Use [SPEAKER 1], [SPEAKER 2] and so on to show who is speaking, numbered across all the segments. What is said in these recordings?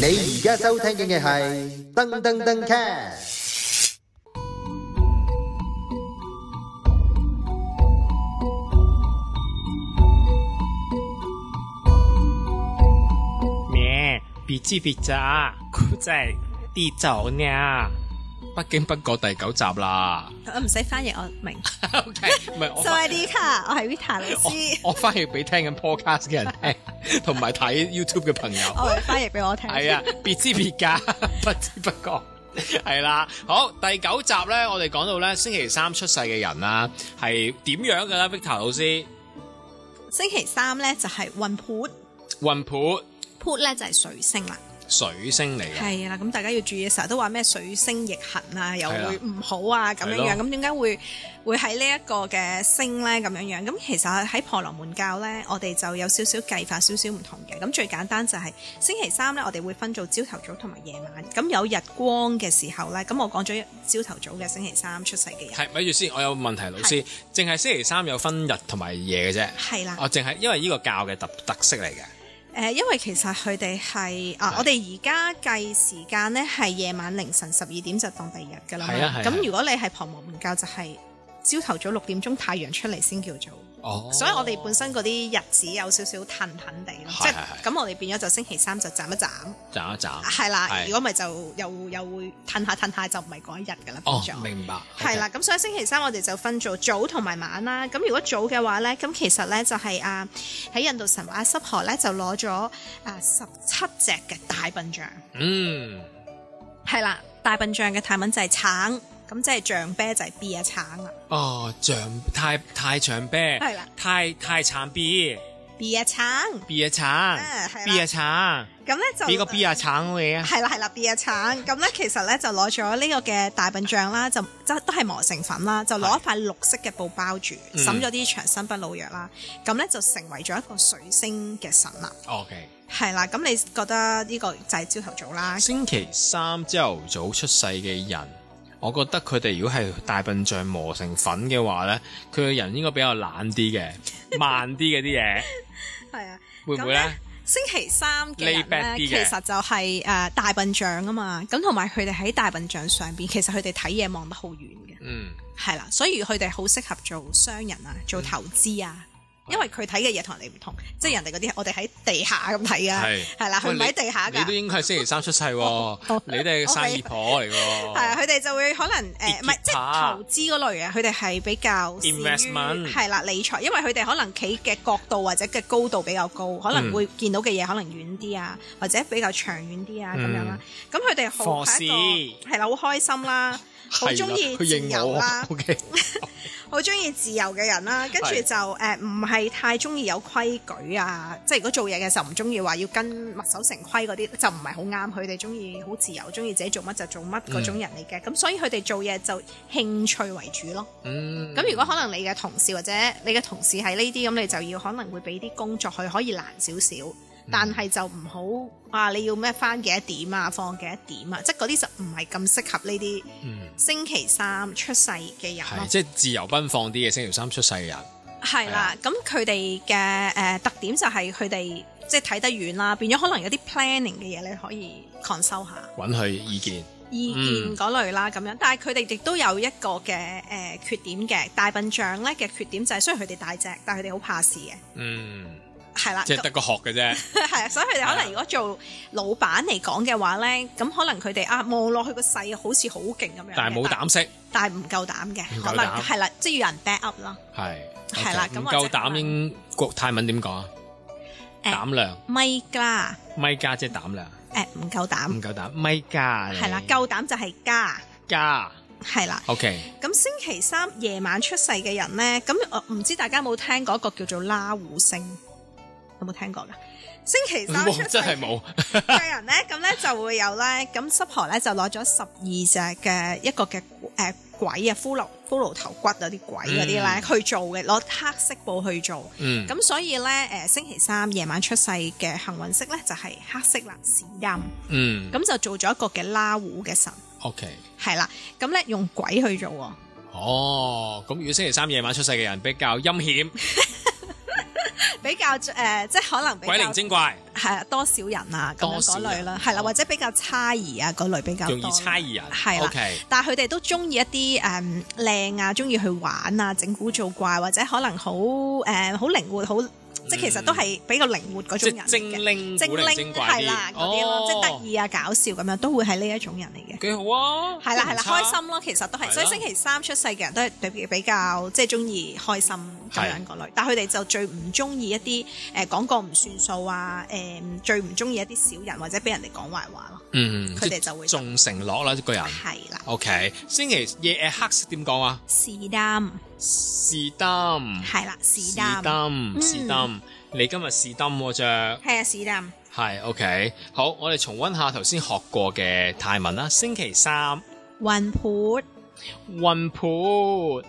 [SPEAKER 1] 你而家收聽嘅係噔噔噔 cast。
[SPEAKER 2] 咩？別知別咋，
[SPEAKER 3] 啊
[SPEAKER 2] 佢真係跌走呢。
[SPEAKER 3] 不經不覺第九集啦。
[SPEAKER 4] 我啊唔使翻譯，我明。
[SPEAKER 3] O K，唔係 我
[SPEAKER 4] 就係 Rita，我係 Rita 老師，
[SPEAKER 3] 我我翻譯俾聽緊 podcast 嘅人 聽，同埋睇 YouTube 嘅朋友。
[SPEAKER 4] 我嚟翻譯俾我聽。
[SPEAKER 3] 係啊， 別知別㗎，不知不覺。係啦，好第九集咧，我哋講到咧星期三出世嘅人啦，係點樣嘅啦？Victor 老師，
[SPEAKER 4] 星期三咧就係運盤，
[SPEAKER 3] 雲盤
[SPEAKER 4] 盤咧就係水星啦。
[SPEAKER 3] 水星嚟嘅，
[SPEAKER 4] 係啦，咁大家要注意，成日都話咩水星逆行啊，又
[SPEAKER 3] 係啦
[SPEAKER 4] 會唔好啊咁樣樣。
[SPEAKER 3] 係咯
[SPEAKER 4] 咁點解會會喺呢一個嘅星咧咁樣樣？咁其實喺婆羅門教咧，我哋就有少少計法，少少唔同嘅。咁最簡單就係、星期三咧，我哋會分做朝頭早同埋夜晚。咁有日光嘅時候咧，咁我講咗朝頭早嘅星期三出世嘅人
[SPEAKER 3] 係咪住先？我有問題，老師，淨係星期三有分日同埋夜嘅啫。
[SPEAKER 4] 係啦。
[SPEAKER 3] 我哦淨係因為呢個教嘅特特色嚟嘅，
[SPEAKER 4] 誒、呃因為其實佢哋係啊
[SPEAKER 3] 係，
[SPEAKER 4] 我哋而家計時間咧係夜晚凌晨十二點就當第二日㗎啦嘛。
[SPEAKER 3] 係啊係啊
[SPEAKER 4] 咁如果你係旁門教就係朝頭早六點鐘太陽出嚟先叫做，
[SPEAKER 3] 哦
[SPEAKER 4] 所以我哋本身嗰啲日子有少少騰騰地咯，
[SPEAKER 3] 係
[SPEAKER 4] 即係
[SPEAKER 3] 係係
[SPEAKER 4] 咁我哋變咗就星期三就斬一斬，啊
[SPEAKER 3] 斬一斬，
[SPEAKER 4] 係啦
[SPEAKER 3] 係。
[SPEAKER 4] 如果咪就又又會騰下騰下就唔係嗰一日㗎啦，變
[SPEAKER 3] 哦
[SPEAKER 4] 咗。，
[SPEAKER 3] 明白，
[SPEAKER 4] 係啦，咁所以星期三我哋就分做早同埋晚啦。咁如果早嘅話咧，咁其實咧就係、啊喺印度神話濕婆咧就攞咗啊十七隻嘅大笨象，
[SPEAKER 3] OK，嗯，
[SPEAKER 4] 係啦，大笨象嘅泰文就係橙，咁即係象啤就係 B 啊橙啦
[SPEAKER 3] 哦，長太太長啤，
[SPEAKER 4] 係啦
[SPEAKER 3] 太太長 B
[SPEAKER 4] ，B 啊橙，
[SPEAKER 3] B 啊
[SPEAKER 4] 啊
[SPEAKER 3] 橙
[SPEAKER 4] 係啦
[SPEAKER 3] ，B 啊
[SPEAKER 4] 咁咧就
[SPEAKER 3] 橙，俾個 B 啊橙你啊，
[SPEAKER 4] 係啦係啦，B 啊橙，咁咧其實咧就攞咗呢個嘅大笨象啦，就即都係磨成粉啦，就攞一塊綠色嘅布包住，
[SPEAKER 3] 嗯
[SPEAKER 4] 灑咗啲長生不老藥啦，咁咧就成為咗一個水星嘅神啦。
[SPEAKER 3] ，OK。
[SPEAKER 4] 係啦，咁你覺得呢個就係朝頭早啦？
[SPEAKER 3] 星期三朝頭早出世嘅人，我覺得佢哋如果係大笨象磨成粉嘅話咧，佢嘅人應該比較懶啲 嘅，慢啲嘅啲嘢，
[SPEAKER 4] 係啊，
[SPEAKER 3] 會唔會咧？
[SPEAKER 4] 星期三嘅人
[SPEAKER 3] Lay back
[SPEAKER 4] 咧，
[SPEAKER 3] 啲
[SPEAKER 4] 其
[SPEAKER 3] 嘅
[SPEAKER 4] 實就係、呃大笨象啊嘛，咁同埋佢哋喺大笨象上邊，其實佢哋睇嘢望得好遠嘅，
[SPEAKER 3] 嗯，
[SPEAKER 4] 係啦，所以佢哋好適合做商人啊，做投資啊。
[SPEAKER 3] 嗯
[SPEAKER 4] 因為佢睇嘅嘢同人哋唔同，即係人哋嗰啲我哋喺地下咁睇啊，
[SPEAKER 3] 係
[SPEAKER 4] 係啦，佢唔
[SPEAKER 3] 喂
[SPEAKER 4] 喺地下
[SPEAKER 3] 你都
[SPEAKER 4] 㗎，
[SPEAKER 3] 應該係星期三出世 喎，你都係生意婆嚟
[SPEAKER 4] 係啊，
[SPEAKER 3] 喎。
[SPEAKER 4] 佢哋就會可能
[SPEAKER 3] 哦跌
[SPEAKER 4] 誒，唔係即係投資嗰類啊，佢哋係比較善於
[SPEAKER 3] Investment
[SPEAKER 4] 係啦理財，因為佢哋可能企嘅角度或者嘅高度比較高，可
[SPEAKER 3] 嗯
[SPEAKER 4] 能會見到嘅嘢可能遠啲啊，或者比較長遠啲啊咁樣
[SPEAKER 3] 嗯
[SPEAKER 4] 啦。咁佢哋好
[SPEAKER 3] 放肆
[SPEAKER 4] 係一個係啦，好開心啦，好中意
[SPEAKER 3] 佢
[SPEAKER 4] 自
[SPEAKER 3] 認
[SPEAKER 4] 由
[SPEAKER 3] 我
[SPEAKER 4] 啦，
[SPEAKER 3] ，OK，
[SPEAKER 4] 好中意自由嘅人啦，跟住
[SPEAKER 3] 係
[SPEAKER 4] 就誒唔係太中意有規矩啊，即係如果做嘢嘅時候唔中意話要跟墨守成規嗰啲，就唔係好啱佢哋中意好自由，中意自己做乜就做乜嗰種人嚟嘅，咁、所以佢哋做嘢就興趣為主咯。
[SPEAKER 3] 嗯，
[SPEAKER 4] 咁如果可能你嘅同事或者你嘅同事係呢啲，咁你就要可能會俾啲工作佢可以難少少，
[SPEAKER 3] 嗯
[SPEAKER 4] 但係就唔好啊！你要咩翻幾多點啊，放幾多點啊，即係嗰啲就唔係咁適合呢啲
[SPEAKER 3] 嗯
[SPEAKER 4] 星期三出世嘅人
[SPEAKER 3] 係
[SPEAKER 4] 咯。
[SPEAKER 3] 即係自由奔放啲嘅星期三出世嘅人，
[SPEAKER 4] 係
[SPEAKER 3] 啊
[SPEAKER 4] 啦，咁佢哋嘅誒特點就係佢哋即係睇得遠啦，變咗可能有啲 planning 嘅嘢你可以 consult 下。
[SPEAKER 3] 揾佢意見。
[SPEAKER 4] 意
[SPEAKER 3] 嗯
[SPEAKER 4] 見嗰類啦咁樣，但係佢哋亦都有一個嘅誒、呃缺點嘅大笨象咧嘅缺點就係、雖然佢哋大隻，但係佢哋好怕事嘅，
[SPEAKER 3] 嗯，
[SPEAKER 4] 係啦，
[SPEAKER 3] 即係得個學嘅啫。
[SPEAKER 4] 係啊，所以佢哋可
[SPEAKER 3] 係啊
[SPEAKER 4] 能如果做老闆嚟講嘅話咧，咁可能佢哋啊望落去個勢好似好勁咁樣 嘅，
[SPEAKER 3] 但係冇 膽識，
[SPEAKER 4] 但係唔夠膽嘅
[SPEAKER 3] 唔，夠膽
[SPEAKER 4] 可能係啦，即係要有人 back up 啦，
[SPEAKER 3] 係
[SPEAKER 4] 係啦
[SPEAKER 3] OK，
[SPEAKER 4] 咁
[SPEAKER 3] 唔
[SPEAKER 4] 或者
[SPEAKER 3] 夠膽英國泰文點講啊？
[SPEAKER 4] 誒
[SPEAKER 3] 膽量，
[SPEAKER 4] 咪加
[SPEAKER 3] 咪加即係膽量，
[SPEAKER 4] 誒呃唔夠膽，
[SPEAKER 3] 唔夠膽，咪加
[SPEAKER 4] 係啦，
[SPEAKER 3] 夠
[SPEAKER 4] 夠膽就係加，
[SPEAKER 3] 加
[SPEAKER 4] 係啦。
[SPEAKER 3] ，OK，
[SPEAKER 4] 咁星期三夜晚出世嘅人呢，咁我唔知大家有冇聽過一個叫做拉หู星，有冇聽過噶？星期三出
[SPEAKER 3] 冇
[SPEAKER 4] 世
[SPEAKER 3] 真係冇，
[SPEAKER 4] 嘅人呢， 咁呢就會有呢。咁濕婆呢，就攞咗十二隻嘅一個嘅誒、呃鬼啊，骷髏骷髏頭骨嗰啲鬼嗰啲呢，
[SPEAKER 3] 嗯
[SPEAKER 4] 去做嘅，攞黑色布去做。
[SPEAKER 3] 嗯，
[SPEAKER 4] 咁所以呢，誒、星期三夜晚出世嘅幸運色呢，就係、黑色啦，閃陰。
[SPEAKER 3] 嗯，
[SPEAKER 4] 咁就做咗一個嘅拉胡嘅神，
[SPEAKER 3] OK，
[SPEAKER 4] 係啦。咁呢，用鬼去做喎。
[SPEAKER 3] 哦，咁如果星期三夜晚出世嘅人比較陰險，
[SPEAKER 4] 比較誒、呃即係可能比
[SPEAKER 3] 鬼靈
[SPEAKER 4] 較
[SPEAKER 3] 精怪，
[SPEAKER 4] 係啊多少人啊咁樣
[SPEAKER 3] 多少
[SPEAKER 4] 嗰
[SPEAKER 3] 人
[SPEAKER 4] 類啦，係啦，
[SPEAKER 3] 哦
[SPEAKER 4] 或者比較猜疑啊嗰類比較多
[SPEAKER 3] 容易猜疑人。
[SPEAKER 4] 係啦
[SPEAKER 3] O K，
[SPEAKER 4] 但係佢哋都中意一啲誒靚啊，中意去玩啊，整蠱做怪，或者可能好誒好靈活，好即係其實都係比較靈活嗰
[SPEAKER 3] 嗯即
[SPEAKER 4] 種人
[SPEAKER 3] 係
[SPEAKER 4] 嚟
[SPEAKER 3] 精
[SPEAKER 4] 嘅，
[SPEAKER 3] 靈、
[SPEAKER 4] 精
[SPEAKER 3] 古靈精
[SPEAKER 4] 靈
[SPEAKER 3] 怪
[SPEAKER 4] 係啦
[SPEAKER 3] 啲，
[SPEAKER 4] 嗰啲咯，即係
[SPEAKER 3] 哦
[SPEAKER 4] 得意啊、搞笑咁樣，都會係呢一種人嚟嘅。
[SPEAKER 3] 幾好啊！
[SPEAKER 4] 係啦係
[SPEAKER 3] 都唔
[SPEAKER 4] 啦，
[SPEAKER 3] 差
[SPEAKER 4] 開。心咯，其實都
[SPEAKER 3] 係
[SPEAKER 4] 係，
[SPEAKER 3] 啦
[SPEAKER 4] 所以星期三出世嘅人都係比比較即係中意開心咁樣嗰類，但係佢哋就最唔中意一啲誒講過唔算數啊，誒最唔中意一啲小人或者俾人哋講壞話咯，
[SPEAKER 3] 嗯，
[SPEAKER 4] 佢
[SPEAKER 3] 即
[SPEAKER 4] 哋
[SPEAKER 3] 係
[SPEAKER 4] 就會
[SPEAKER 3] 仲承諾啦，個人。
[SPEAKER 4] 係啦，
[SPEAKER 3] O K，星期夜黑色點講啊？
[SPEAKER 4] 是擔
[SPEAKER 3] 是擔，
[SPEAKER 4] 係啦，是
[SPEAKER 3] 是
[SPEAKER 4] 擔。
[SPEAKER 3] 擔，
[SPEAKER 4] 嗯
[SPEAKER 3] 是擔。你今日是擔喎着。
[SPEAKER 4] 係啊，是啦。
[SPEAKER 3] 係 OK，好，我哋重温下頭先學過嘅泰文啦。星期三
[SPEAKER 4] 雲盤
[SPEAKER 3] 運盤，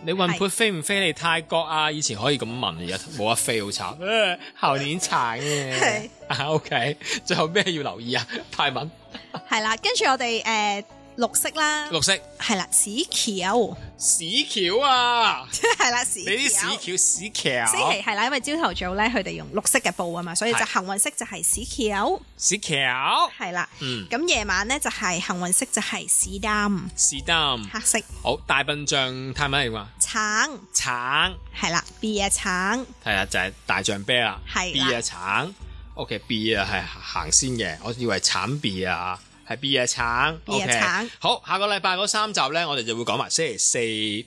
[SPEAKER 3] 你運盤
[SPEAKER 4] 係
[SPEAKER 3] 飛唔飛嚟泰國啊？以前可以咁問，而家冇得飛，好慘。呃後年慘嘅
[SPEAKER 4] 係。
[SPEAKER 3] 啊 OK，最後咩要留意啊？泰文
[SPEAKER 4] 係啦，跟住我哋誒、呃、綠色啦，
[SPEAKER 3] 綠色
[SPEAKER 4] 係啦，屎橋
[SPEAKER 3] 屎橋啊！
[SPEAKER 4] 係啦，屎
[SPEAKER 3] 你啲
[SPEAKER 4] 橋。
[SPEAKER 3] 屎橋屎橋，
[SPEAKER 4] 星期係啦，因為朝頭早咧，佢哋用綠色嘅布啊嘛，所以就
[SPEAKER 3] 係
[SPEAKER 4] 幸運色就係屎橋，
[SPEAKER 3] 屎橋，
[SPEAKER 4] 係啦。
[SPEAKER 3] 嗯，
[SPEAKER 4] 咁夜晚咧就係幸運色就係屎擔，
[SPEAKER 3] 是擔。
[SPEAKER 4] 黑色
[SPEAKER 3] 好，大笨象泰文係點啊？
[SPEAKER 4] 橙，
[SPEAKER 3] 橙
[SPEAKER 4] 係啦，B 啊橙，
[SPEAKER 3] 係啦，就係大象啤啦。
[SPEAKER 4] 係
[SPEAKER 3] B
[SPEAKER 4] 啦
[SPEAKER 3] 啊，橙，OK B 啊係行先嘅，我以為橙 B 啊係 B 啊橙
[SPEAKER 4] B 啊
[SPEAKER 3] ，OK
[SPEAKER 4] 橙
[SPEAKER 3] 好，下個禮拜嗰三集呢，我哋就會講埋星期四、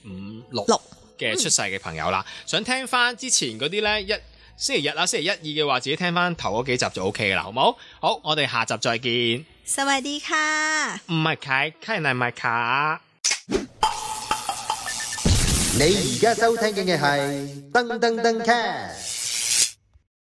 [SPEAKER 3] 五、六
[SPEAKER 4] 六
[SPEAKER 3] 嘅出世嘅朋友啦。想聽翻之前嗰啲呢，一星期日啊、星期一、二嘅話，自己聽翻頭嗰幾集就 OK 噶啦，好冇？好，我哋下集再見。
[SPEAKER 4] สวัสดีค่ะ。
[SPEAKER 3] 唔係卡，卡係咪卡？
[SPEAKER 1] 你而家收聽嘅係噔噔噔 c a